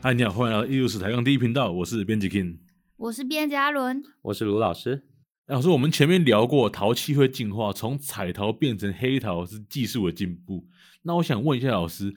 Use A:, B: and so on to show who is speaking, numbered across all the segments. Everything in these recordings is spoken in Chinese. A: 嗨，你好，欢迎来到艺术史台杠第一频道，我是编辑 King。
B: 我是边嘉伦，
C: 我是卢老师。
A: 老师，我们前面聊过陶器会进化，从彩陶变成黑陶是技术的进步。那我想问一下老师，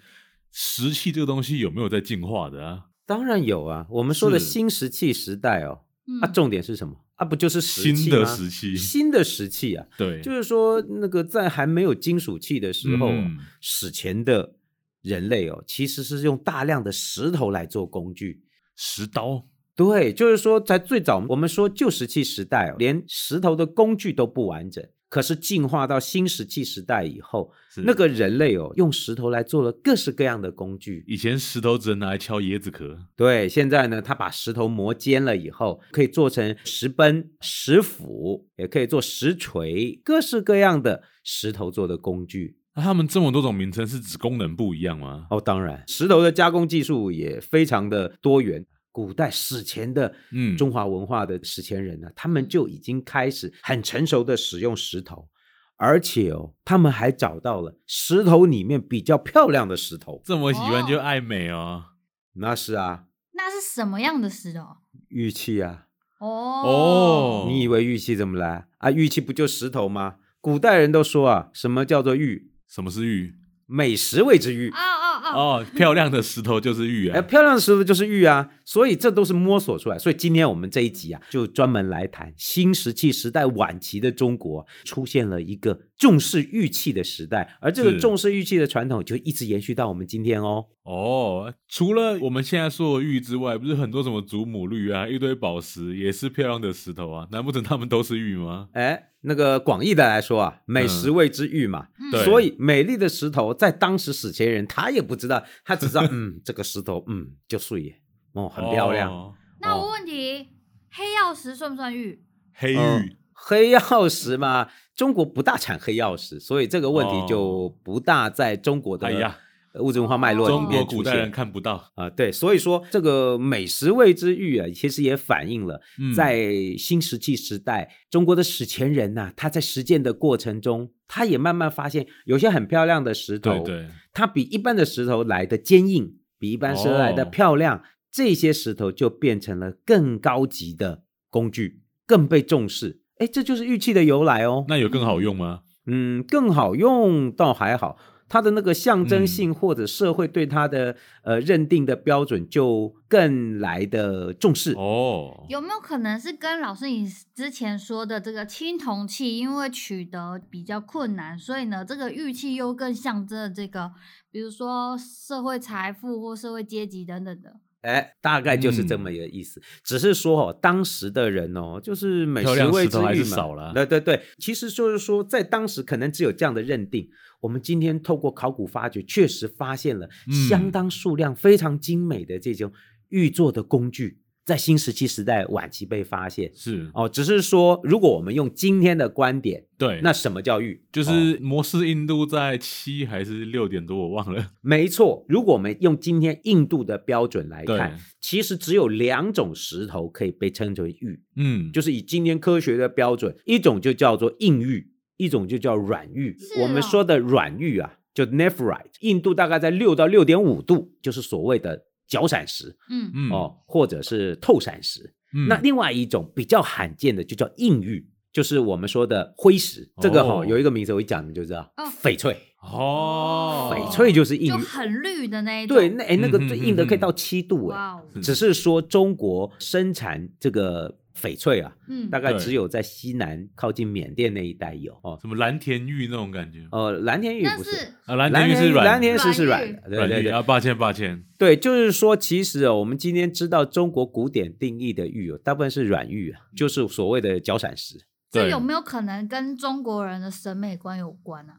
A: 石器这个东西有没有在进化的啊？
C: 当然有啊，我们说的
A: 是
C: 新石器时代哦，
B: 嗯，
C: 啊，重点是什么？啊，不就是石
A: 新
C: 器
A: 的
C: 吗？
A: 石器，
C: 新的石器啊，
A: 对，
C: 就是说那个在还没有金属器的时候哦、
A: 嗯
C: 史前的人类哦，其实是用大量的石头来做工具。
A: 石刀，
C: 对，就是说，在最早我们说旧石器时代、哦，连石头的工具都不完整。可是进化到新石器时代以后，
A: 是
C: 那个人类哦，用石头来做了各式各样的工具。
A: 以前石头只能拿来敲椰子壳，
C: 对，现在呢，他把石头磨尖了以后，可以做成石奔、石斧，也可以做石锤，各式各样的石头做的工具。
A: 那他们这么多种名称是指功能不一样吗？
C: 哦，当然，石头的加工技术也非常的多元。古代史前的
A: 嗯
C: 中华文化的史前人呢、他们就已经开始很成熟的使用石头，而且哦，他们还找到了石头里面比较漂亮的石头。
A: 这么喜欢
B: 哦
A: 就爱美哦。
C: 那是啊，
B: 那是什么样的石头？
C: 玉器啊，
A: 哦
B: 哦
C: 你以为玉器怎么来啊？玉器不就石头吗？古代人都说啊，什么叫做玉？
A: 什么是玉？
C: 美食谓之玉
B: 哦，哦哦，
A: 哦，漂亮的石头就是玉
C: 哎，
A: 啊。
C: 漂亮的石头就是玉啊，所以这都是摸索出来。所以今天我们这一集啊，就专门来谈新石器时代晚期的中国出现了一个重视玉器的时代，而这
A: 是
C: 个重视玉器的传统就一直延续到我们今天哦。
A: 哦，除了我们现在说的玉之外，不是很多什么祖母绿啊，一堆宝石也是漂亮的石头啊？难不成他们都是玉吗？
C: 哎，那个广义的来说啊，
A: 嗯
C: 美食谓之玉嘛，
B: 嗯
A: 对
C: 所以美丽的石头在当时史前人他也不知道，他只 知道嗯这个石头嗯就碎耶，哦很漂亮。
A: 哦
B: 那
C: 哦
B: 我问题，黑曜石算不算玉？
A: 黑
C: 嗯
A: 玉
C: 黑曜石嘛，中国不大产黑曜石，所以这个问
A: 哦
C: 题就不大在中国
A: 哎
C: 的
A: 呀
C: 物质文化脉络
A: 中
C: 里
A: 国
C: 面
A: 古
C: 出
A: 代人
C: 现。
A: 看不到。
C: 啊、对，所以说这个美食谓之玉啊，其实也反映了
A: 嗯
C: 在新石器时代，中国的史前人呐、他在实践的过程中，他也慢慢发现，有些很漂亮的石头，
A: 对对，
C: 它比一般的石头来的坚硬，比一般石头来的
A: 哦
C: 漂亮，这些石头就变成了更高级的工具，更被重视。哎，这就是玉器的由来哦。
A: 那有更好用吗？
C: 嗯，更好用倒还好，它的那个象
A: 嗯
C: 征性或者社会对它的、呃认定的标准就更来的重视。
A: 哦，
B: 有没有可能是跟老师你之前说的这个青铜器，因为取得比较困难，所以呢，这个玉器又更象征了这个，比如说社会财富或社会阶级等等的。
C: 哎，大概就是这
A: 嗯
C: 么一个意思。只是说哦，当时的人哦，就是美
A: 漂
C: 食
A: 亮
C: 味
A: 石
C: 之
A: 头还
C: 欲
A: 是
C: 嘛，
A: 少了
C: 对对对，其实就是说，在当时可能只有这样的认定。我们今天透过考古发掘，确实发现了相
A: 嗯
C: 当数量非常精美的这种玉做的工具，在新石器时代晚期被发现。
A: 是，
C: 哦，只是说，如果我们用今天的观点，
A: 对，
C: 那什么叫玉？哦
A: 就是摩氏印度在七还是六点多，我忘了。
C: 没错，如果我们用今天印度的标准来
A: 对
C: 看，，其实只有两种石头可以被称之为玉，
A: 嗯，
C: 就是以今天科学的标准，一种就叫做硬玉，一种就叫软玉。
B: 是
C: 我们
B: 哦
C: 说的软玉啊，就 nephrite，硬度大概在六到六点五度，就是所谓的角闪石、
B: 嗯，
A: 嗯，
C: 哦，或者是透闪石。
A: 嗯，
C: 那另外一种比较罕见的就叫硬玉，就是我们说的灰石。这个哈、
A: 哦
C: 有一个名字我一讲你们就知道，
B: 哦
C: 翡翠，
A: 哦，
C: 翡翠就是硬
B: 就
C: 玉。
B: 很绿的那一种。
C: 对，那哎，那个
A: 嗯哼
C: 最硬的可以
A: 嗯哼
C: 到七度哎、
B: 哇哦，
A: 是
C: 只是说中国生产这个翡翠啊，
B: 嗯，
C: 大概
A: 对
C: 只有在西南靠近缅甸那一带有哦。
A: 什么蓝田玉那种感觉
C: 呃，蓝田玉
B: 那
C: 不
B: 是
A: 啊，蓝
C: 蓝
A: 田玉是
C: 玉，
A: 软
C: 蓝田
B: 软
C: 石是
B: 玉
C: 软的，对
A: 软
C: 对
A: 玉
C: 对
A: 啊，抱歉抱歉，
C: 对，就是说，其实哦，我们今天知道中国古典定义的玉哦，大部分是软玉啊，就是所谓的角闪石。
B: 这
A: 对
B: 有没有可能跟中国人的审美观有关啊？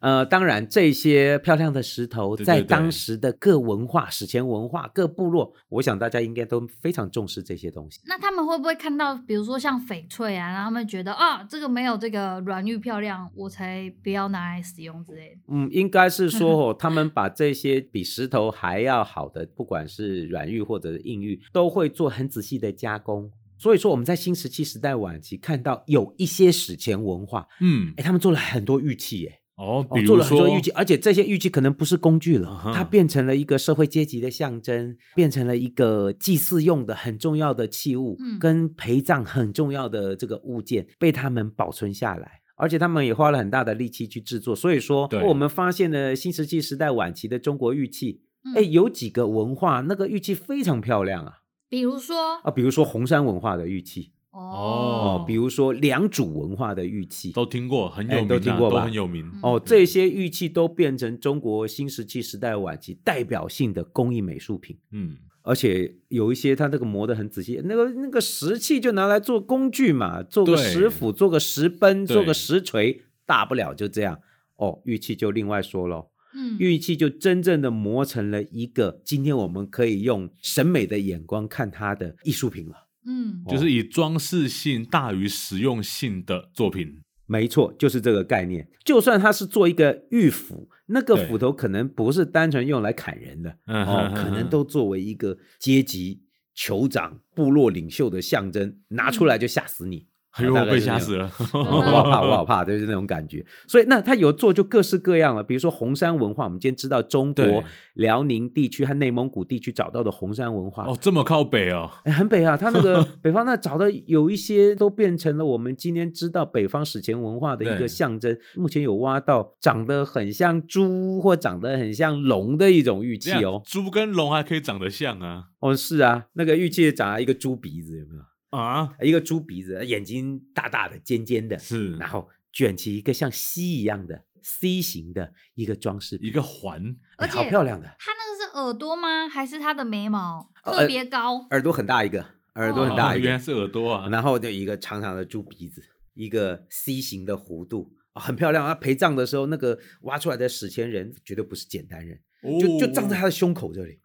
C: 呃，当然，这些漂亮的石头
A: 对对
C: 在
A: 对
C: 当时的各文化、史前文化、各部落，我想大家应该都非常重视这些东西。
B: 那他们会不会看到，比如说像翡翠啊，然后他们觉得啊，这个没有这个软玉漂亮，我才不要拿来使用之类的？
C: 嗯，应该是说哦，他们把这些比石头还要好的，不管是软玉或者是硬玉，都会做很仔细的加工。所以说我们在新石器时代晚期看到有一些史前文化，
A: 嗯
C: 哎，他们做了很多玉器，哎，
A: 哦，
C: 哦
A: 比，
C: 做
A: 如
C: 了很
A: 说
C: 多玉器，而且这些玉器可能不是工具
A: 啊
C: 了
A: 哈，
C: 它变成了一个社会阶级的象征，变成了一个祭祀用的很重要的器物，
B: 嗯
C: 跟陪葬很重要的这个物件被他们保存下来。而且他们也花了很大的力气去制作，所以说
A: 对
C: 我们发现了新石器时代晚期的中国玉器，
B: 嗯
C: 哎，有几个文化那个玉器非常漂亮啊
B: 比如说
C: 啊，比如说红山文化的玉器
A: 哦
C: 哦，比如说良渚文化的玉器，
A: 都听过，很有
C: 哎
A: 名、啊，
C: 都听过吧
A: 很有名。
C: 哦，
A: 对
C: 这些玉器都变成中国新石器时代晚期代表性的工艺美术品，
A: 嗯，
C: 而且有一些它那个磨得很仔细，那个那个石器就拿来做工具嘛，做个
A: 对
C: 石斧，做个石锛，做
A: 对
C: 个石锤，大不了就这样。哦，玉器就另外说咯，
B: 嗯
C: 玉器就真正的磨成了一个今天我们可以用审美的眼光看它的艺术品了。哦
B: 嗯
A: 就是以装饰性大于实用性的作品。
C: 没错，就是这个概念。就算他是做一个玉斧，那个
A: 对
C: 斧头可能不是单纯用来砍人的，
A: 嗯
C: 哦，
A: 哼
C: 可
A: 哼
C: 能
A: 哼
C: 都作为一个阶级、酋长、部落领袖的象征，拿出来就吓 死你。
A: 哎呦，
C: 大
A: 我
C: 概
A: 被
C: 是这
A: 吓
C: 样哦
A: 死了！
C: 我好怕，我好怕，就是那种感觉。所以，那他有做就各式各样了，比如说红山文化，我们今天知道中
A: 对
C: 国辽宁地区和内蒙古地区找到的红山文化，
A: 哦，这么靠北哦，
C: 哎，很北啊，它那个 北方那找的有一些都变成了我们今天知道北方史前文化的一
A: 对
C: 个象征。目前有挖到长得很像猪或长得很像龙的一种玉器
A: 这样
C: 哦。
A: 猪跟龙还可以长得像 啊
C: 哦，是啊，那个玉器长了一个猪鼻子，有没有？
A: 啊，
C: 一个猪鼻子，呃眼睛大大的、尖尖的，
A: 是
C: 然后卷起一个像溪一样的 C 型的一个装饰
A: 一
C: 品，
A: 个环，
B: 而
C: 哎好
B: 且
C: 漂亮的，
B: 它那个是耳朵吗？还是它的眉毛
C: 呃
B: 特别高？
C: 耳朵很大一个，耳朵很
A: 哦
C: 大一个，
A: 原来是耳朵啊，
C: 然后就一个长长的猪鼻子，一个 C 型的弧度，啊很漂亮。啊！陪葬的时候，那个挖出来的史前人绝对不是简单人，就就葬在他
A: 哦，
C: 的胸口这里。呃
B: 哦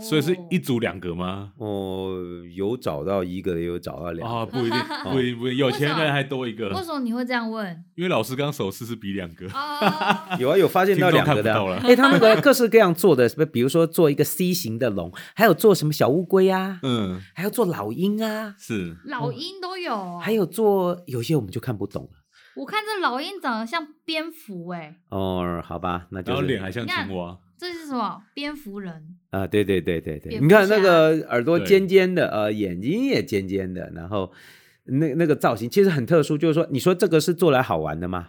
A: 所以是一组两格吗？
C: 哦，有找到一个，也有找到两个。
A: 啊，不一定，不一定，不一定，有钱人还多一
B: 为
A: 个
B: 什，么你会这样问？
A: 因为老师刚手势是比两格，
B: 啊，
C: 有啊，有发现
A: 听
C: 到
A: 众
C: 两
A: 看
C: 个
A: 不
C: 的
A: 到了。
C: 啊。哎，他那个各式各样做的，什么比如说做一个 C 型的龙，还有做什么小乌龟啊，
A: 嗯，
C: 还要做老鹰啊，
A: 是
B: 老鹰都有哦，
C: 还有做有些我们就看不懂了。
B: 我看这老鹰长得像蝙蝠哎，
C: 哦，好吧，那
A: 然
C: 就
A: 后
C: 是
A: 脸还像
B: 你看
A: 青蛙，
B: 这是什么？蝙蝠人？
C: 啊，对对对对对，
B: 蝙
C: 你
B: 蝠
C: 看那
B: 侠
C: 个耳朵
A: 对
C: 尖尖的，呃，眼睛也尖尖的，然后那那个造型其实很特殊，就是说，你说这个是做来好玩的吗？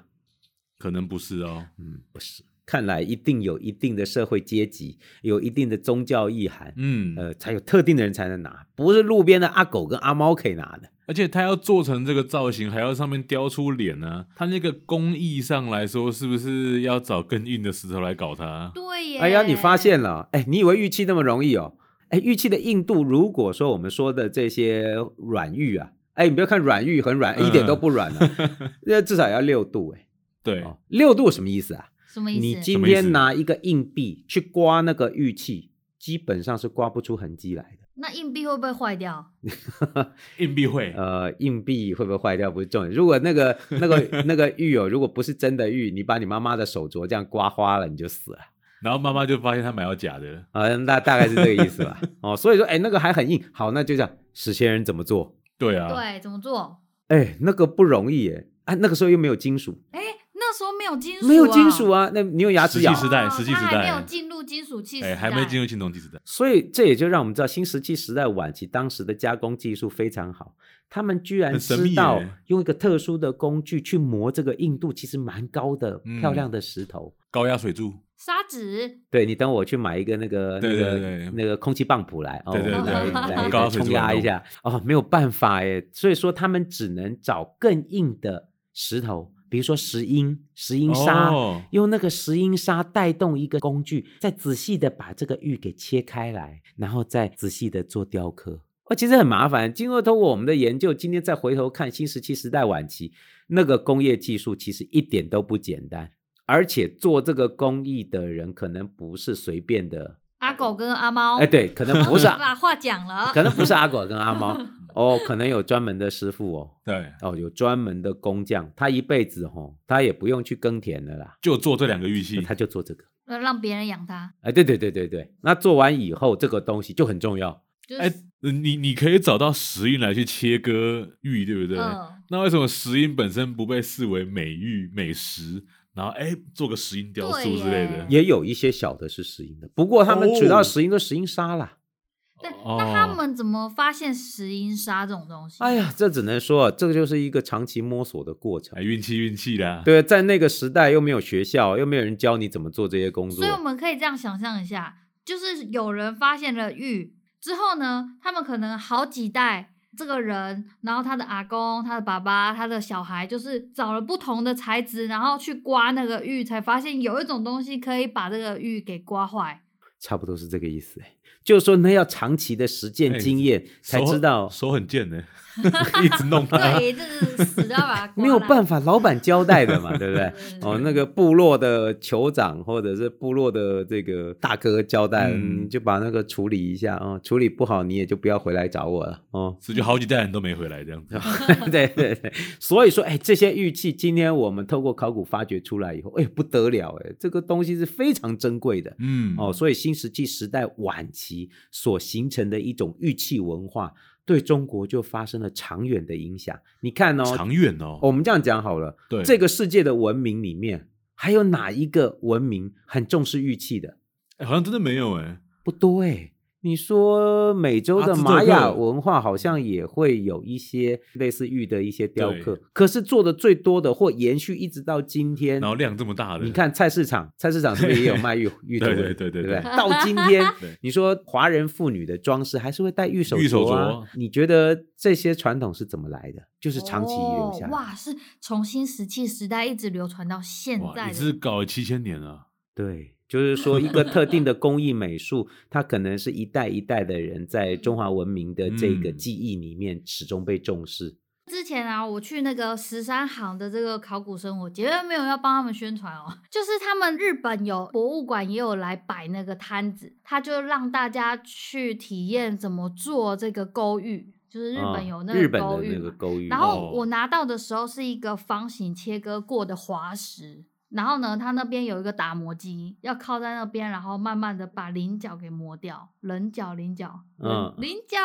A: 可能不是哦。
C: 嗯，不是，看来一定有一定的社会阶级，有一定的宗教意涵，
A: 嗯，
C: 呃，才有特定的人才能拿，不是路边的阿狗跟阿猫可以拿的。
A: 而且他要做成这个造型，还要上面雕出脸呢、他那个工艺上来说，是不是要找更硬的石头来搞它？
B: 对耶，
C: 哎呀，你发现了？哎，你以为玉器那么容易哦？哎，玉器的硬度，如果说我们说的这些软玉啊，哎，你不要看软玉很软，一点都
A: 嗯
C: 不软 啊，那、至少要六度哎。
A: 对，
C: 哦，六度什么意思啊？
B: 什么意
C: 你
B: 思？
A: 什
C: 今
A: 么意思
C: 天拿一个硬币去刮那个玉器，基本上是刮不出痕迹来
B: 那硬币会不会坏掉？
C: 的。
A: 硬币会，
C: 呃，硬币会不会坏掉不是重点，如果那个那个 那个玉哦，如果不是真的玉，你把你妈妈的手镯这样刮花了，你就死了。
A: 然后妈妈就发现他买到假的了。
C: 啊，那大概是这个意思吧。哦，所以说，哎，那个还很硬。好，那就这样，史前人怎么做？
A: 对啊，
B: 对，怎么做？
C: 哎，那个不容易耶。啊，那个时候又没有金属，
B: 哎，那时候没有金属，
C: 没有金属
B: 啊，哦
C: 啊，那你用牙齿
A: 石
C: 咬
A: 器时代石器时代啊
B: 它还没有进入金属器时
A: 哎、
B: 代，
A: 还没进入青铜器时代。
C: 所以这也就让我们知道，新石器时代晚期当时的加工技术非常好，他们居然
A: 很神秘
C: 知道
A: 耶
C: 用一个特殊的工具去磨这个硬度其实蛮高的、
A: 嗯
C: 漂亮的石头。
A: 高压水柱，
B: 砂纸，
C: 对你等我去买一个那个
A: 对
C: 那个
A: 对对
C: 那个空气棒浦来哦，
A: 对对
C: 我们来
B: 对
C: 来
A: 高
C: 来
A: 水
C: 冲
A: 柱
C: 压
A: 很
C: 一下哦，没有办法耶，所以说他们只能找更硬的石头，比如说石英、石英砂。
A: 哦、
C: 用那个石英砂带动一个工具，再仔细的把这个玉给切开来，然后再仔细的做雕刻。哦，其实很麻烦。经过通过我们的研究，今天再回头看新石器时代晚期那个工业技术，其实一点都不简单。而且做这个工艺的人，可能不是随便的。
B: 阿狗跟阿猫，，
C: 哎，，对，可能不是
B: 把话讲了，
C: 可能不是阿狗跟阿猫哦，可能有专门的师傅哦，
A: 对，
C: 哦，有专门的工匠，他一辈子哦，他也不用去耕田了啦，
A: 就做这两个玉器，
C: 他就做这个。
B: 呃让别人养它，
C: 哎，对对对对对，那做完以后这个东西就很重要。
B: 就是、
A: 哎、你你可以找到石英来去切割玉，对不对？
B: 嗯，
A: 那为什么石英本身不被视为美玉、美石，然后哎做个石英雕
B: 对
A: 塑之类的
B: 耶。
C: 也有一些小的是石英的，不过他们主要
A: 哦
C: 石英都石英砂啦。
B: 对，
A: 哦
B: 那他们怎么发现石英砂这种东西？
C: 哎呀，，这只能说这个就是一个长期摸索的过程
A: 哎。运气运气啦。，
C: 对，在那个时代又没有学校，又没有人教你怎么做这些工
B: 所以我
C: 作，
B: 们可以这样想象一下，就是有人发现了玉之后呢，他们可能好几代这个人，然后他的阿公、他的爸爸、他的小孩，就是找了不同的材质，然后去刮那个玉，才发现有一种东西可以把这个玉给刮 坏。
C: 差不多是这个意思。哎就是说，那要长期的实践
A: 哎
C: 经验才知道，
A: 手很贱呢， 一直弄它。
B: 对，就是死要把它刮
C: 没有办
B: 法。
C: 法，老板交代的嘛，对不对？
B: 对
A: 嗯
C: 哦，那个部落的酋长或者是部落的这个大哥交代，
A: 嗯
C: 你就把那个处理一下哦，处理不好你也就不要回来找我了 哦。
A: 所以就好几代人都没回来这样子。
C: 对对对，所以说，哎，这些玉器今天我们透过考古发掘出来以后，哎，不得了，哎，这个东西是非常珍贵的。
A: 嗯，
C: 哦，，所以新石器时代晚期所形成的一种玉器文化，对中国就发生了长远的影响。你看哦，
A: 长远哦。
C: 我们这样讲好了，
A: 对，
C: 这个世界的文明里面，还有哪一个文明很重视玉器的？
A: 哎好像真的没有哎。
C: 不多哎。你说美洲
A: 阿
C: 的
A: 兹特
C: 玛雅
A: 克
C: 文化好像也会有一些类似玉的一些雕
A: 对
C: 刻，可是做的最多的或延续一直到今天
A: 然，后量这么大的，
C: 你看菜市场，菜市场是不是也有卖 玉玉镯的？
A: 对对对
C: 对
A: 对
C: 不
A: 对
C: 到今天
A: 对，
C: 你说华人妇女的装饰还是会戴玉手
A: 玉手
C: 镯啊
A: 镯？
C: 你觉得这些传统是怎么来的？就是长期遗留下
B: 哦、
C: 来。
B: 哇，是从新石器时代一直流传到现
A: 哇，
B: 在
A: 你
B: 的
A: 是搞了七千年啊。
C: 对，就是说一个特定的工艺美术，它可能是一代一代的人在中华文明的这个
A: 嗯
C: 记忆里面始终被重视。
B: 之前啊，我去那个十三行的这个考古生活节，绝对没有要帮他们宣传哦， 就是他们日本有博物馆也有来摆那个摊子，他就让大家去体验怎么做这个勾玉，就是日
C: 啊
B: 本有那
C: 日
B: 个
C: 本
B: 勾
C: 的
B: 玉
C: 那
B: 嘛
C: 个勾玉，
B: 然
A: 哦
B: 后我拿到的时候是一个方形切割过的滑石，然后呢，它那边有一个打磨机，要靠在那边，然后慢慢的把棱角给磨掉，棱角棱角，
C: 嗯
B: 棱角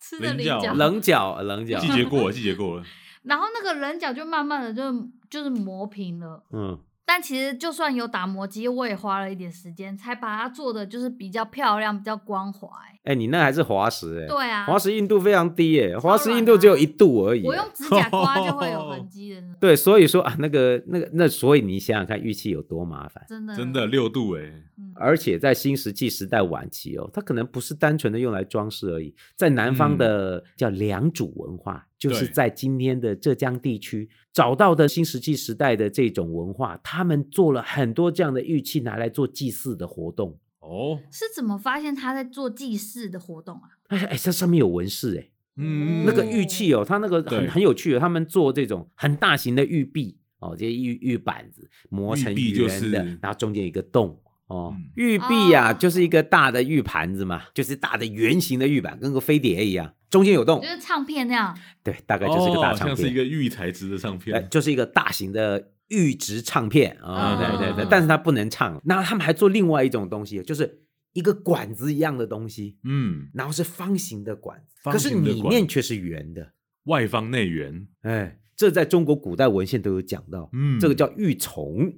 B: 吃的
A: 棱
B: 棱
A: 角
B: 角，
C: 棱角，棱角
A: 季，节过了，季节过了，
B: 然后那个棱角就慢慢的就就是磨平了。
C: 嗯，
B: 但其实就算有打磨机，我也花了一点时间才把它做的就是比较漂亮、比较光滑、欸。
C: 哎，你那还是滑石哎，
B: 对啊，
C: 滑石硬度非常低哎，滑石
B: 软
C: 硬度只有
B: 啊
C: 一度而已
B: 我
C: 哎。
B: 用指甲刮就会 有痕迹的那种，
C: 对，所以说啊，那个那个那，所以你想想看，玉器有多麻烦。
B: 真的
A: 真的六度哎。
B: 嗯
C: 而且在新石器时代晚期哦，它可能不是单纯的用来装饰而已，在南方的叫良渚文化，就是
A: 对
C: 在今天的浙江地区找到的新石器时代的这种文化，他们做了很多这样的玉器拿来做祭祀的活动。
A: 哦，
B: 是怎么发现他在做祭祀的活动啊？
C: 哎哎，这上面有纹饰哎，
A: 嗯，
C: 那个玉器哦，它那个很
A: 对
C: 很有趣哦，他们做这种很大型的玉璧哦，这些玉玉板子磨
A: 玉
C: 成
A: 璧就
C: 圆的，
A: 是
C: 然后中间有一个洞。哦
A: 嗯，
C: 玉璧呀、
B: 哦
C: 就是一个大的玉盘子嘛，就是大的圆形的玉板，跟个飞碟一样，中间有洞
B: 就，是唱片那样，
C: 对，大概就是一个大
A: 哦
C: 唱
A: 像是一
C: 片，
A: 个玉材质的唱
C: 哎
A: 片，
C: 就是一个大型的玉质唱片
B: 哦
C: 啊、
A: 嗯
C: 对对对
A: 嗯，
C: 但是它不能唱。那他们还做另外一种东西，就是一个管子一样的东西，
A: 嗯，
C: 然后是方形的管子，
A: 方
C: 可是
A: 形的
C: 里
A: 管
C: 面
A: 子
C: 却是圆的，
A: 外方内圆，
C: 哎，这在中国古代文献都有讲到，
A: 嗯，
C: 这个叫玉琮。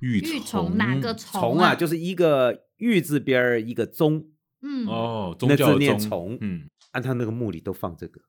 A: 玉
B: 玉虫哪个
C: 琮
B: 虫
C: 啊，
B: 啊？
C: 就是一个玉字边儿一个宗，
B: 嗯哦
A: 哦，宗
C: 那
A: 教
C: 字
A: 的
C: 念
A: 宗
C: 虫
A: 嗯，
C: 按他那个墓里都放这个。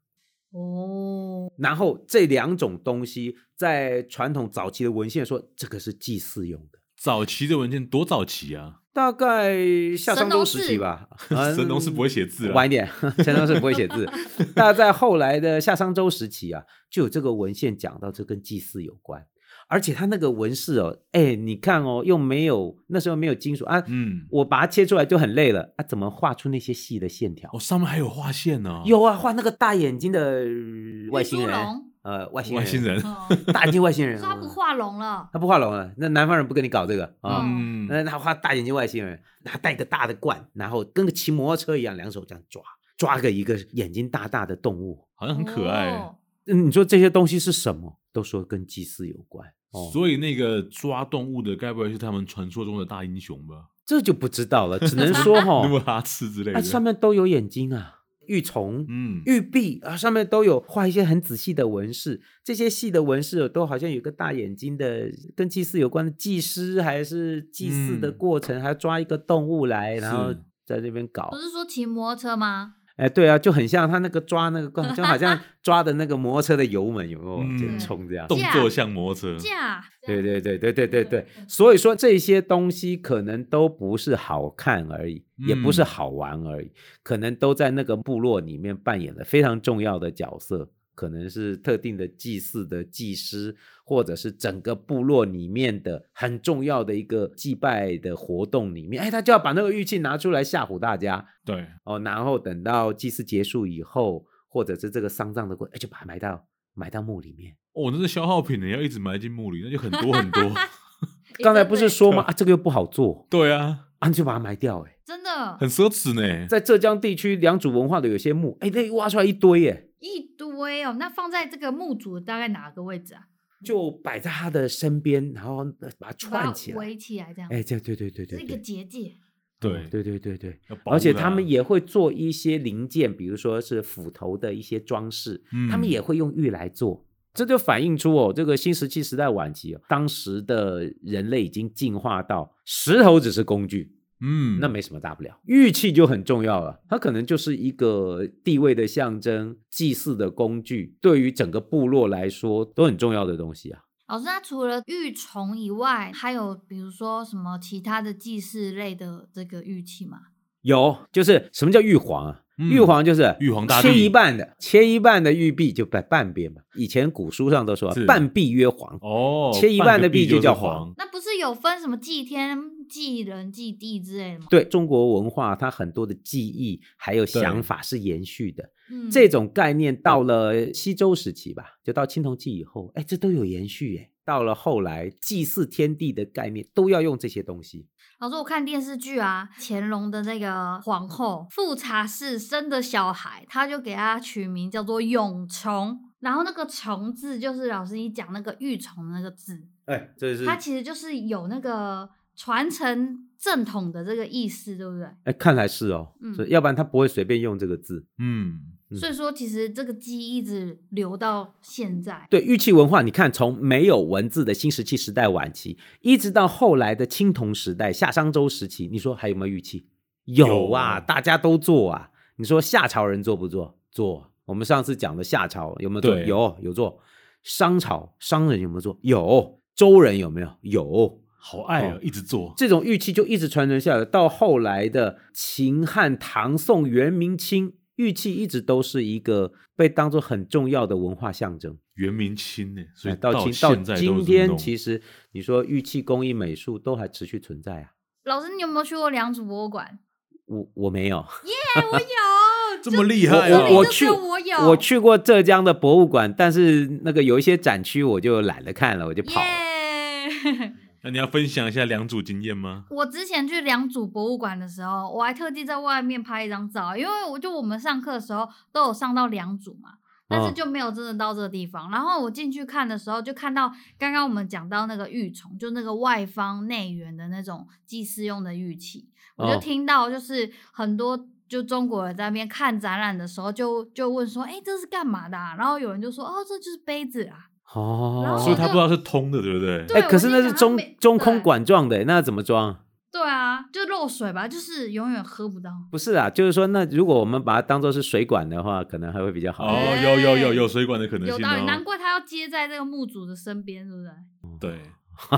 B: 哦
C: 然后这两种东西在传统早期的文献说，这个是祭祀用的。
A: 早期的文件多早期啊，
C: 大概夏商周时期吧，嗯
A: 神农氏不会写字啊
C: 晚一点，神农氏不会写字。那在后来的夏商周时期啊，就有这个文献讲到这跟祭祀有关，而且它那个纹饰哦，哎，你看哦，又没有那时候没有金属啊，
A: 嗯，
C: 我把它切出来就很累了啊，怎么画出那些细的线条？
A: 哦，上面还有画线呢，
C: 有啊，画那个大眼睛的呃外星
B: 玉猪
C: 人，
B: 龙
C: 呃，外星人，
A: 外星， 人，
B: 哦，
C: 大眼睛外星人
B: 说，他不
C: 嗯
B: 画龙 了，
C: 他不画龙了，那南方人不跟你搞这个啊。
B: 嗯
C: 那他画大眼睛外星人，他带个大的罐，然后跟个骑摩托车一样，两手这样抓，抓个一个眼睛大大的动物。
A: 好像很可爱。
B: 哦
C: 嗯，你说这些东西是什么？都说跟祭祀有关哦，
A: 所以那个抓动物的，该不会是他们传说中的大英雄吧？
C: 这就不知道了，只能说哈、
A: 努尔哈赤之类
C: 哦啊，
A: 的，
C: 上面都有眼睛啊。玉琮、
A: 嗯，
C: 玉璧啊，上面都有画一些很仔细的纹饰。这些戏的纹饰都好像有个大眼睛的，跟祭祀有关的祭师，还是祭祀的
A: 嗯
C: 过程，还抓一个动物来，然后
A: 是
C: 在这边搞
B: 不。是说骑摩托车吗？
C: 哎，对啊，就很像他那个抓那个，就好像抓的那个摩托车的油门有没有往前
A: 嗯
C: 冲这样？
A: 动作像摩托车，
B: 架，
C: 嗯对对对对对对对
A: 嗯
B: 对，
C: 所以说这些东西可能都不是好看而已，也不是
A: 嗯
C: 好玩而已，可能都在那个部落里面扮演了非常重要的角色，可能是特定的祭祀的祭师，或者是整个部落里面的很重要的一个祭拜的活动里面，哎，他就要把那个玉器拿出来吓唬大家
A: 对，
C: 哦，然后等到祭祀结束以后，或者是这个丧葬的过，哎，就把它埋到埋到墓里面。
A: 哦，那是消耗品呢，要一直埋进墓里，那就很多很 多。
C: 刚
B: 哎
C: 才不是
B: 欸
C: 说吗？
A: 对嗯
C: 啊，这个又不好做。
A: 对啊，
C: 啊，你就把它埋掉、欸。
B: 真的
A: 很奢侈呢。
C: 在浙江地区良渚文化的有些墓，哎、那挖出来一堆、欸，
B: 一堆哦？那放在这个墓主大概哪个位置啊？
C: 就摆在他的身边，然后呃
B: 把
C: 把它
B: 它
C: 串起来。
B: 围起来这样，
C: 哎、这样对对对
B: 是
C: 对
B: 一个
C: 对，
B: 结界。
A: 对，
C: 对对对对。
A: 要保护
C: 而且他
A: 它
C: 们也会做一些零件，比如说是斧头的一些装饰，他们
A: 嗯
C: 也会用玉来做。这就反映出哦，这个新石器时代晚期、哦，当时的人类已经进化到石头只是工具，
A: 嗯，
C: 那没什么大不了。玉器就很重要了，它可能就是一个地位的象征、祭祀的工具，对于整个部落来说都很重要的东西啊。
B: 老师，那除了玉琮以外，还有比如说什么其他的祭祀类的这个玉器吗？
C: 有，就是什么叫玉皇啊？
A: 嗯
C: 玉皇就是
A: 玉皇大帝
C: 切一半的，切一半的玉璧就摆半边嘛。以前古书上都说啊
A: 是
C: 半璧曰皇，
A: 哦，
C: 切一
A: 半
C: 半
A: 个
C: 的币
A: 币
C: 就
A: 就是
C: 叫
A: 黄，
B: 那不是有分什么祭天、祭人、祭地之类的吗？
C: 对中国文化，它很多的技艺还有
A: 对
C: 想法是延续的。
B: 嗯，
C: 这种概念到了西周时期吧，就到青铜器以后，哎，这都有延续哎。到了后来，祭祀天地的概念都要用这些东西。
B: 老师，我看电视剧啊，乾隆的那个皇后富察氏生的小孩，他就给他取名叫做永崇，然后那个“崇”字就是老师你讲那个玉琮的那个字，
C: 哎，这是
B: 它其实就是有那个传承正统的这个意思，对不对？
C: 哎，看来是哦，
B: 嗯
C: 所以要不然他不会随便用这个字。
A: 嗯，
C: 嗯
B: 所以说，其实这个记忆一直留到现在。
C: 对，玉器文化，你看从没有文字的新石器时代晚期，一直到后来的青铜时代、夏商周时期，你说还有没有玉器？有
A: 有
C: 啊，
A: 啊
C: 大家都做啊。你说夏朝人做不做？做。我们上次讲的夏朝有没有做？
A: 对
C: 有，有做。商朝商人有没有做？有。周人有没有？有。
A: 好爱啊
C: 哦，
A: 一直做，
C: 这种玉器就一直传承下来，到后来的秦汉、唐宋、元明清，玉器一直都是一个被当做很重要的文化象征。
A: 元明清呢，所
C: 哎
A: 以
C: 到今
A: 现在
C: 今
A: 都
C: 天，其
A: 实
C: 实你说玉器工艺、美术都还持续存在啊。
B: 老师，你有没有去过良渚博物馆？
C: 我我没有，
B: 哎、我有，
A: 这么厉
C: 我
A: 害
B: 这
A: 啊，
B: 里
C: 我
B: 就
C: 去
B: 只有我有，
C: 我去过浙江的博物馆，但是那个有一些展区我就懒得看了，我就跑了。
B: 耶！
A: 那你要分享一下两组经验吗？
B: 我之前去良渚博物馆的时候，我还特地在外面拍一张照，啊因为我就我们上课的时候都有上到良渚嘛，但是
C: 嗯
B: 就没有真的到这个地方。然后我进去看的时候，就看到刚刚我们讲到那个玉琮，就那个外方内圆的那种祭祀用的玉器，我
C: 哦
B: 就听到就是很多。就中国人在那边看展览的时候就，就问说：“哎、这是干嘛的、啊？”然后有人就说：“哦，这就是杯子啊。然
C: 哦
B: 后，
A: 所以
B: 它
A: 他不知道是通的，对不对？
B: 对
C: 哎，可是
B: 我
C: 那
B: 就是想
C: 中
B: 它没
C: 中空
B: 对
C: 管状的，那怎么装？”
B: 对啊，就漏水吧，就是永远喝不到。
C: 不是啊，就是说，那如果我们把它当做是水管的话，可能还会比较好。
A: 哦，有有有有水管的可能
B: 有
A: 性
B: 道理，难
A: 哦，
B: 怪他要接在这个墓主的身边，对不对？
A: 对，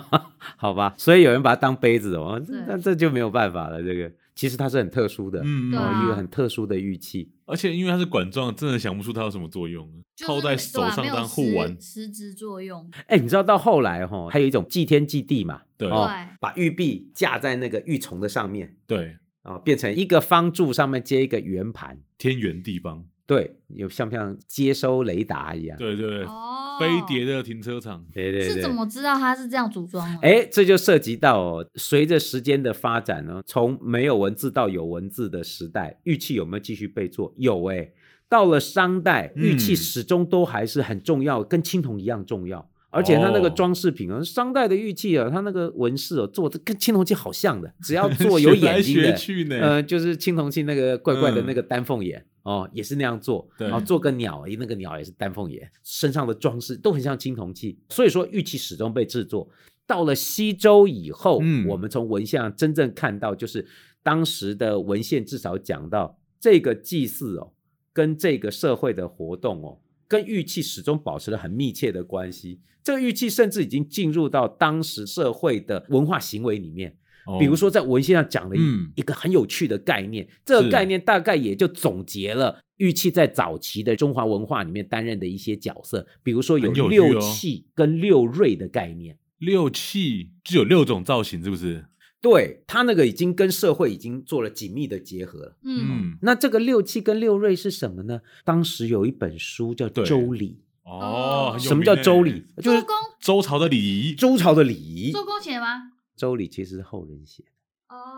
C: 好吧，所以有人把它当杯子哦，
B: 对
C: 那这就没有办法了。这个其实它是很特殊的，
A: 嗯，
B: 对
C: 哦
B: 啊
C: 一个很特殊的玉器。
A: 而且因为它是管状，真的想不出它有什么作用，
B: 就是
A: 套在
B: 没
A: 手上
B: 对啊没有
A: 当护
B: 实
A: 腕，
B: 实质作用。
C: 哎，你知道到后来哈、还有一种祭天祭地嘛，
A: 对
C: 哦
B: 对，
C: 把玉璧架在那个玉琮的上面
A: 对，
C: 啊、变成一个方柱，上面接一个圆盘，
A: 天圆地方，
C: 对，有像不像接收雷达一样？
A: 对对对，
B: 哦，
A: 飞碟的停车场，
C: 对对对。
B: 是怎么知道他是这样组
A: 哦
B: 装的？
C: 哎，这就涉及到、哦、随着时间的发展呢、从没有文字到有文字的时代，玉器有没有继续被做？有哎，到了商代，玉器
A: 嗯
C: 始终都还是很重要，跟青铜一样重要。而且它那个
A: 哦
C: 装饰品啊，商代的玉器啊，它那个纹饰哦，做的跟青铜器好像的，只要 做有
A: 学来
C: 眼睛
A: 学
C: 的，
A: 去呢，
C: 呃，就是青铜器那个怪怪的
A: 嗯
C: 那个丹凤眼、哦，也是那样做，
A: 对
C: 然后做个鸟，那个鸟也是丹凤眼，身上的装饰都很像青铜器，所以说玉器始终被制作。到了西周以后，
A: 嗯
C: 我们从文献上真正看到，就是当时的文献至少讲到这个祭祀哦，跟这个社会的活动哦，跟玉器始终保持了很密切的关系。这个玉器甚至已经进入到当时社会的文化行为里面。比如
A: 哦
C: 说在文献上讲了一、
A: 嗯
C: 一个很有趣的概念，这
A: 是
C: 个概念大概也就总结了玉器在早期的中华文化里面担任的一些角色，比如说有
A: 很有趣
C: 六
A: 哦
C: 器跟六锐的概念。
A: 六器就有六种造型，是不是？
C: 对它那个已经跟社会已经做了紧密的结合了。
B: 嗯，
A: 嗯，
C: 那这个六器跟六锐是什么呢？当时有一本书叫《
A: 对
C: 周礼
A: 哦，很》，有
C: 什么叫
A: 名呢
C: 周礼？？就
B: 周
C: 是
B: 公
A: 周朝的礼仪，
C: 周朝的礼仪。
B: 周公写吗？
C: 周礼其实是后人写的，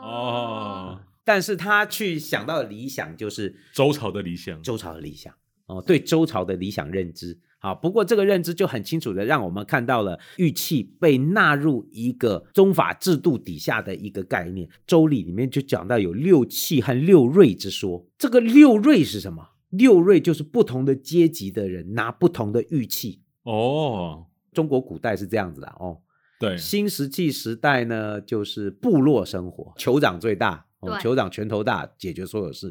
A: 哦，
C: 但是他去想到的理想就是
A: 周朝的理想，
C: 周朝的理想哦，对周朝的理想认知。好，不过这个认知就很清楚的让我们看到了玉器被纳入一个宗法制度底下的一个概念。周礼里面就讲到有六器和六锐之说，这个六锐是什么？六锐就是不同的阶级的人拿不同的玉器。
A: 哦，
C: 中国古代是这样子的哦，
A: 对，
C: 新石器时代呢，就是部落生活，酋长最大，哦、
B: 对
C: 酋长拳头大，解决所有事。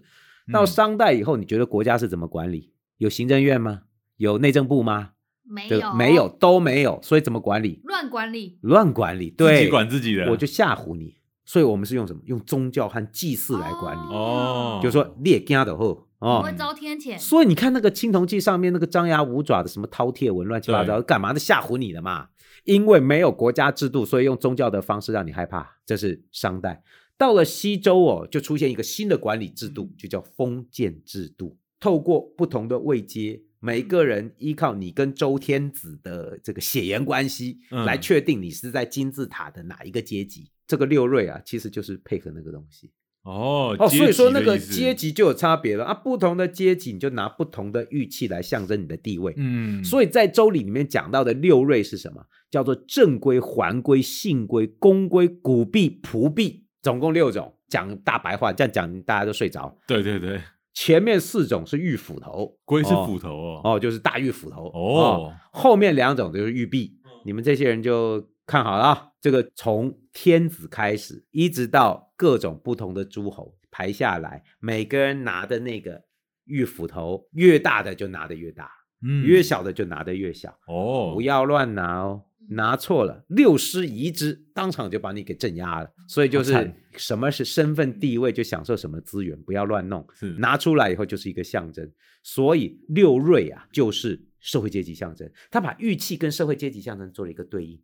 A: 嗯
C: 到商代以后，你觉得国家是怎么管理？有行政院吗？有内政部吗？
B: 没
C: 对
B: 有
C: 没有，都没有。所以怎么管理？
B: 乱管理，
C: 乱管理，
A: 自
C: 对，
A: 己管自己的，
C: 我就吓唬你。所以我们是用什么？用宗教和祭祀来管理，
A: 哦
C: 就是说列家的后
B: 不
C: 哦
A: 嗯
B: 会。遭天谴。
C: 所以你看那个青铜器上面那个张牙舞爪的什么饕餮纹乱七八糟，
A: 对
C: 干嘛的吓唬你的嘛？因为没有国家制度，所以用宗教的方式让你害怕，这是商代。到了西周哦，就出现一个新的管理制度，就叫封建制度。透过不同的位阶，每个人依靠你跟周天子的这个血缘关系，
A: 嗯
C: 来确定你是在金字塔的哪一个阶级。这个六瑞啊，其实就是配合那个东西。
A: 哦
C: 哦，所以说那个阶
A: 阶级
C: 级就有差别了啊。不同的阶级，你就拿不同的玉器来象征你的地位。
A: 的意思，嗯，
C: 所以在《周礼》里面讲到的六瑞是什么？叫做正规、环规、信规、公规、古币、仆币，总共六种。讲大白话，这样讲大家都睡着。
A: 对对对，
C: 前面四种是玉斧头，
A: 龟是
C: 哦
A: 斧头哦，
C: 哦，就是大玉斧头
A: 哦
C: 后面两种就是玉璧，你们这些人就看好了啊！这个从天子开始，一直到各种不同的诸侯排下来，每个人拿的那个玉斧头，越大的就拿的越大，
A: 嗯，
C: 越小的就拿的越小，
A: 哦，
C: 不要乱拿哦。拿错了，六师遗之，当场就把你给镇压了。所以就
A: 好
C: 是
A: 惨
C: 什么是身份地位，就享受什么资源，不要乱弄。
A: 是
C: 拿出来以后就是一个象征。所以六瑞啊，就是社会阶级象征。他把玉器跟社会阶级象征做了一个对应。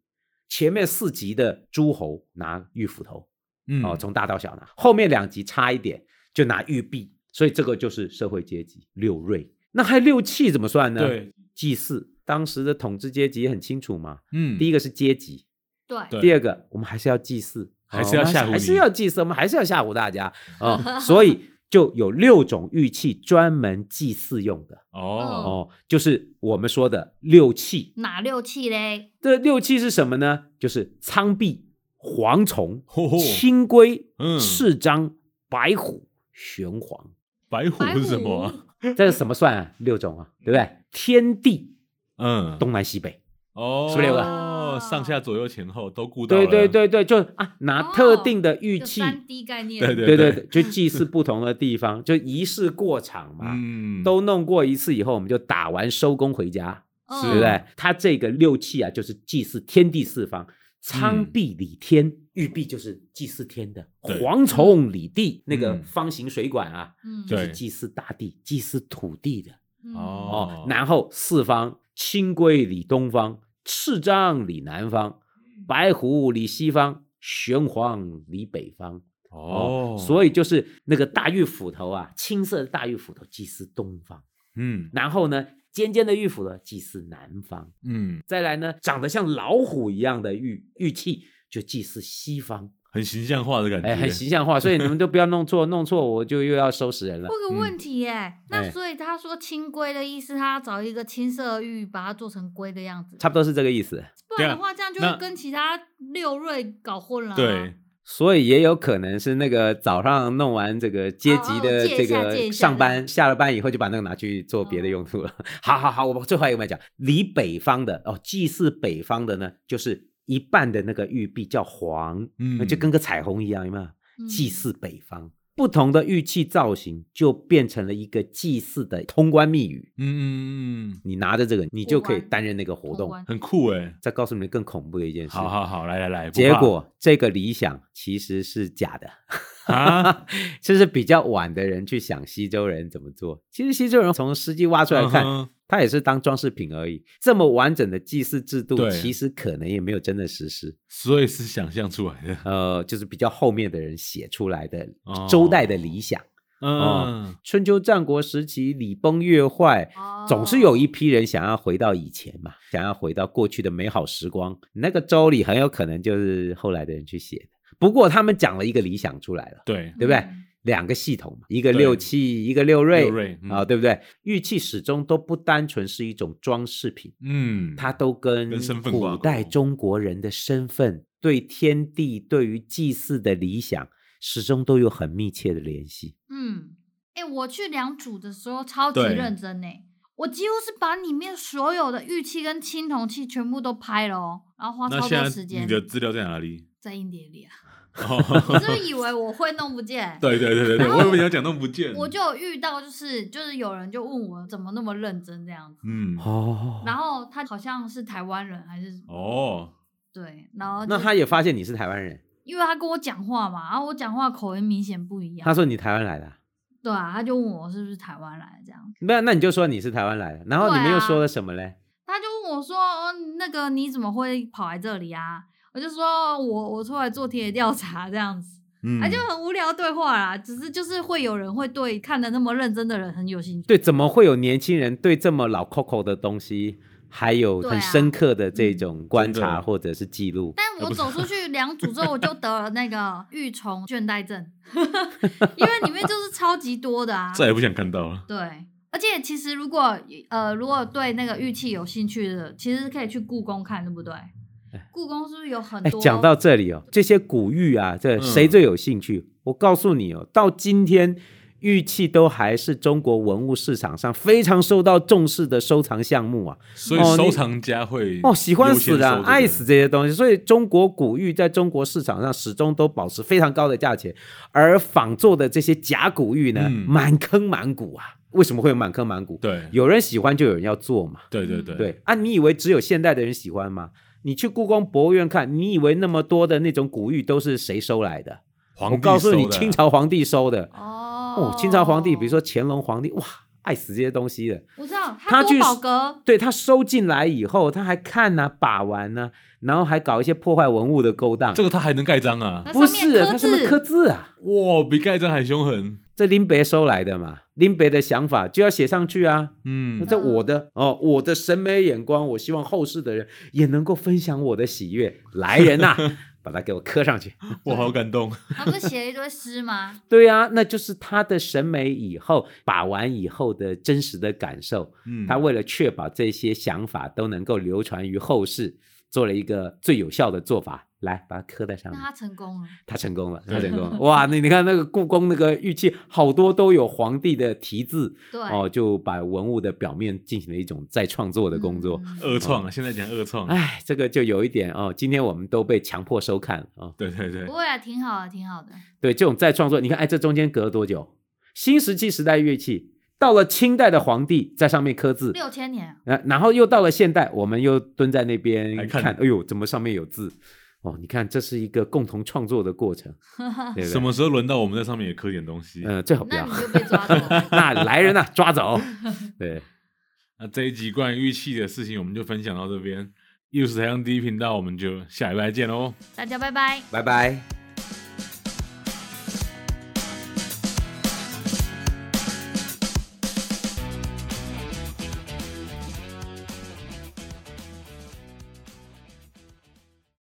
C: 前面四级的诸侯拿玉斧头，
A: 嗯
C: 哦，从大到小拿；后面两级差一点就拿玉璧，所以这个就是社会阶级六瑞。那还六器怎么算呢？，
A: 对，
C: 祭祀当时的统治阶级也很清楚嘛。
A: 嗯，
C: 第一
A: 一
C: 个是阶级，
B: 对，
A: 对
C: 第二个，我们还是要祭祀，
A: 还是要
C: 哦我们
A: 吓唬
C: 还是
A: 你
C: 要祭祀，我们还是要吓唬 大家啊、所以就有六种玉器专门祭祀用的
A: 哦，
C: 哦，就是我们说的六器。
B: 哪六气嘞？
C: 这六器是什么呢？就是苍壁、蝗虫、
A: 吼吼
C: 青龟、
A: 嗯
C: 赤章、白虎、玄黄。
A: 白虎
B: 白
A: 是什么啊？
C: 这是什么算啊？六种啊，对不对？天地
A: 嗯，
C: 东南西北，
A: 哦，
C: 是不是六个
A: 上下左右前后都顾到
C: 对
A: 了，
C: 对对对，就啊，拿特定的玉
B: 哦就
C: 器
B: 三 D 概念，
A: 对对
C: 对对对，就祭祀不同的地方，就仪式过场嘛，
A: 嗯，
C: 都弄过一次以后，我们就打完收工回家，
B: 嗯
A: 是
C: 对不对？他这个六气啊，就是祭祀天地四方，苍壁理天，玉璧就是祭祀天的，
A: 嗯对
C: 蝗虫理地，那个
A: 嗯
C: 方形水管啊，
B: 嗯，
C: 就是
A: 对
C: 祭祀大地、祭祀土地的
B: 嗯
A: 哦
C: 哦。然后四方，青龟理东方，赤章理南方，白虎理西方，玄黄理北方。
A: 哦，以
C: 所以就是那个大玉斧头啊，青色的大玉斧头祭祀东方，
A: 嗯
C: 然后呢，尖尖的玉斧呢祭祀南方，
A: 嗯，
C: 再来呢，长得像老虎一样的玉玉器就祭祀西方。
A: 很形象化的感觉，
C: 哎，很形象化，所以你们都不要弄错，弄错我就又要收拾人了。
B: 问个问题耶、
C: 哎
B: 那所以他说青龟的意思，他要找一个青色玉，把它做成龟的样子，
C: 差不多是这个意思。
B: 不然
A: 对
B: 的
A: 啊
B: 话，这样就
A: 那
B: 会跟其他六瑞搞混了、啊。
A: 对，
C: 所以也有可能是那个早上弄完这个阶级
B: 哦
C: 的
B: 借
C: 这
B: 一下借
C: 个
B: 一下
C: 上
B: 这样哦
C: 班，下了班以后就把那个拿去做别的用途了。 好好好，我们最后一个我们来讲，离北方的哦，祭祀北方的呢，就是一半的那个玉璧叫黄，那
A: 嗯，
C: 就跟个彩虹一样，有没有？
B: 嗯
C: 祭祀北方，不同的玉器造型就变成了一个祭祀的通关密语。
A: 嗯嗯嗯，
C: 你拿着这个，你
B: 通
C: 就可以
B: 关
C: 担任那个活
B: 通
C: 动。
B: 关
A: 很酷哎，
C: 再告诉你们更恐怖的一件事，
A: 好好好，来来来，不
C: 结
A: 怕
C: 果这个理想其实是假的。
A: 啊，
C: 就是比较晚的人去想西周人怎么做。其实西周人从诗记挖 出来看，
A: 嗯哼
C: 它也是当装饰品而已。这么完整的祭祀制度，
A: 对
C: 其实可能也没有真的实施。
A: 所以是想象出来 的，
C: 呃，就是比较后面的人写出来的
A: 哦
C: 周代的理想。
A: 嗯，
C: 春秋战国时期，礼崩乐坏。
B: 哦
C: 总是有一批人想要回到以前嘛，想要回到过去的美好时光。那个周礼很有可能就是后来的人去写的。不过他们讲了一个理想出来了，
A: 对，
C: 对不对
B: 嗯
C: 两个系统嘛，一个
A: 对
C: 六气，一个六叡，
A: 六叡嗯
C: 啊，对不对？玉器始终都不单纯是一种装饰品，
A: 嗯，
C: 它都跟
A: 跟身份挂
C: 古
A: 钩
C: 代中国人的身份、对天地、对于祭祀的理想，始终都有很密切的联系。
B: 嗯，哎、我去良渚的时候超级
A: 对
B: 认真呢、我几乎是把里面所有的玉器跟青铜器全部都拍了哦，然后花
A: 那
B: 超
A: 现
B: 多
A: 在
B: 时间
A: 你的资料在哪 里？
B: 在硬碟 里啊。你
A: 哦？
B: 是不是以为我会弄不见
A: 对对对对对，
B: 然后
A: 我以为你要讲弄不见，
B: 我就有遇到，就是就是有人就问我怎么那么认真这样子，
A: 嗯
C: 哦，
B: 然后他好像是台湾人还是什么
A: 哦，
B: 对，然后
C: 那
B: 就
C: 他也发现你是台湾人，
B: 因为他跟我讲话嘛，然后我讲话口音明显不一样
C: 他，说你台湾来的啊，
B: 对啊，他就问我是不是台湾来的这样，
C: 那那你就说你是台湾来的，然后
B: 对
C: 你们又
B: 啊
C: 说了什么嘞？
B: 他就问我说，哦，那个你怎么会跑来这里啊？我就说我我出来做田野调查这样子，
A: 嗯，
B: 啊就很无聊对话啦，只是就是会有人会对看的那么认真的人很有兴趣，
C: 对，怎么会有年轻人对这么老 Coco 的东西还有
B: 对
C: 很
B: 啊
C: 深刻的这
B: 嗯
C: 种观
A: 真的
C: 察或者是记录？
B: 但我走出去两组之后，我就得了那个玉虫倦怠 症，因为里面就是超级多的啊。
A: 再也不想看到了，
B: 对，而且其实如果呃如果对那个玉器有兴趣的，其实可以去故宫看，对不对？故宫是不是有很
C: 哎
B: 多？，
C: 讲到这里哦，这些古玉啊，这
A: 嗯
C: 谁最有兴趣？我告诉你哦，到今天，玉器都还是中国文物市场上非常受到重视的收藏项目啊。
A: 所以
C: 哦你
A: 收藏家会
C: 哦，喜欢死
A: 的
C: 了，，爱死这些东西，所以中国古玉在中国市场上始终都保持非常高的价钱，而仿作的这些假古玉呢，
A: 嗯
C: 满坑满谷啊。为什么会有满坑满谷？
A: 对
C: 有人喜欢就有人要做嘛。
A: 对对对，
C: 对啊，你以为只有现代的人喜欢吗？你去故宫博物院看，你以为那么多的那种古玉都是谁收来的？
A: 皇帝
C: 我告诉你
A: 收，的啊
C: 清朝皇帝收的。
B: 哦
C: 哦，清朝皇帝，比如说乾隆皇帝，哇，爱死这些东西的。
B: 我知道
C: 他
B: 他多
C: 去
B: 宝阁，
C: 对他收进来以后，他还看呐、把玩呐、然后还搞一些破坏文物的勾当
A: 这。个他还能盖章啊，
B: 那
C: 不
B: 上面
C: 是，
B: 刻
C: 他上面刻
B: 字，
C: 字啊，
A: 哇，比盖章还凶狠，
C: 这林北收来的嘛，林北的想法就要写上去啊。那
A: 嗯
C: 这我的哦，我的审美眼光，我希望后世的人也能够分享我的喜悦。来人 呐、把它给我刻上去。
A: 我好感动，
B: 他啊不是写了一堆诗吗？
C: 对呀、啊，那就是他的审美以后把玩以后的真实的感受。
A: 嗯，
C: 他为了确保这些想法都能够流传于后世，做了一个最有效的做法，来把它刻在上
B: 那
C: 面。
B: 他成功了，
C: 他成功了，
A: 对
C: 他成 功了！哇，你你看那个故宫那个玉器，好多都有皇帝的题字
B: 对，
C: 哦，就把文物的表面进行了一种再创作的工作。呃
B: 嗯
A: 二创啊，现在讲二创，
C: 哎，这个就有一点哦，今天我们都被强迫收看啊、哦。
A: 对对对
B: 不，会啊，挺好的，挺好的。
C: 对，这种再创作，你看，哎，这中间隔了多久？新石器时代乐器，到了清代的皇帝在上面刻字，
B: 六千年，啊
C: 然然后又到了现代，我们又蹲在那边
A: 还
C: 看，
A: 看
C: 哎呦，怎么上面有字？哦，你看，这是一个共同创作的过程，对不对？
A: 什？么时候轮到我们在上面也刻点东西？
C: 呃，最好不
B: 那
C: 要。
B: 你。就被抓走了
C: 那来人呐、抓走！对，
A: 那这一集关于玉器的事情，我们就分享到这边。艺术台上第一频道，我们就下礼拜见喽。
B: 大家拜拜。
C: 拜拜。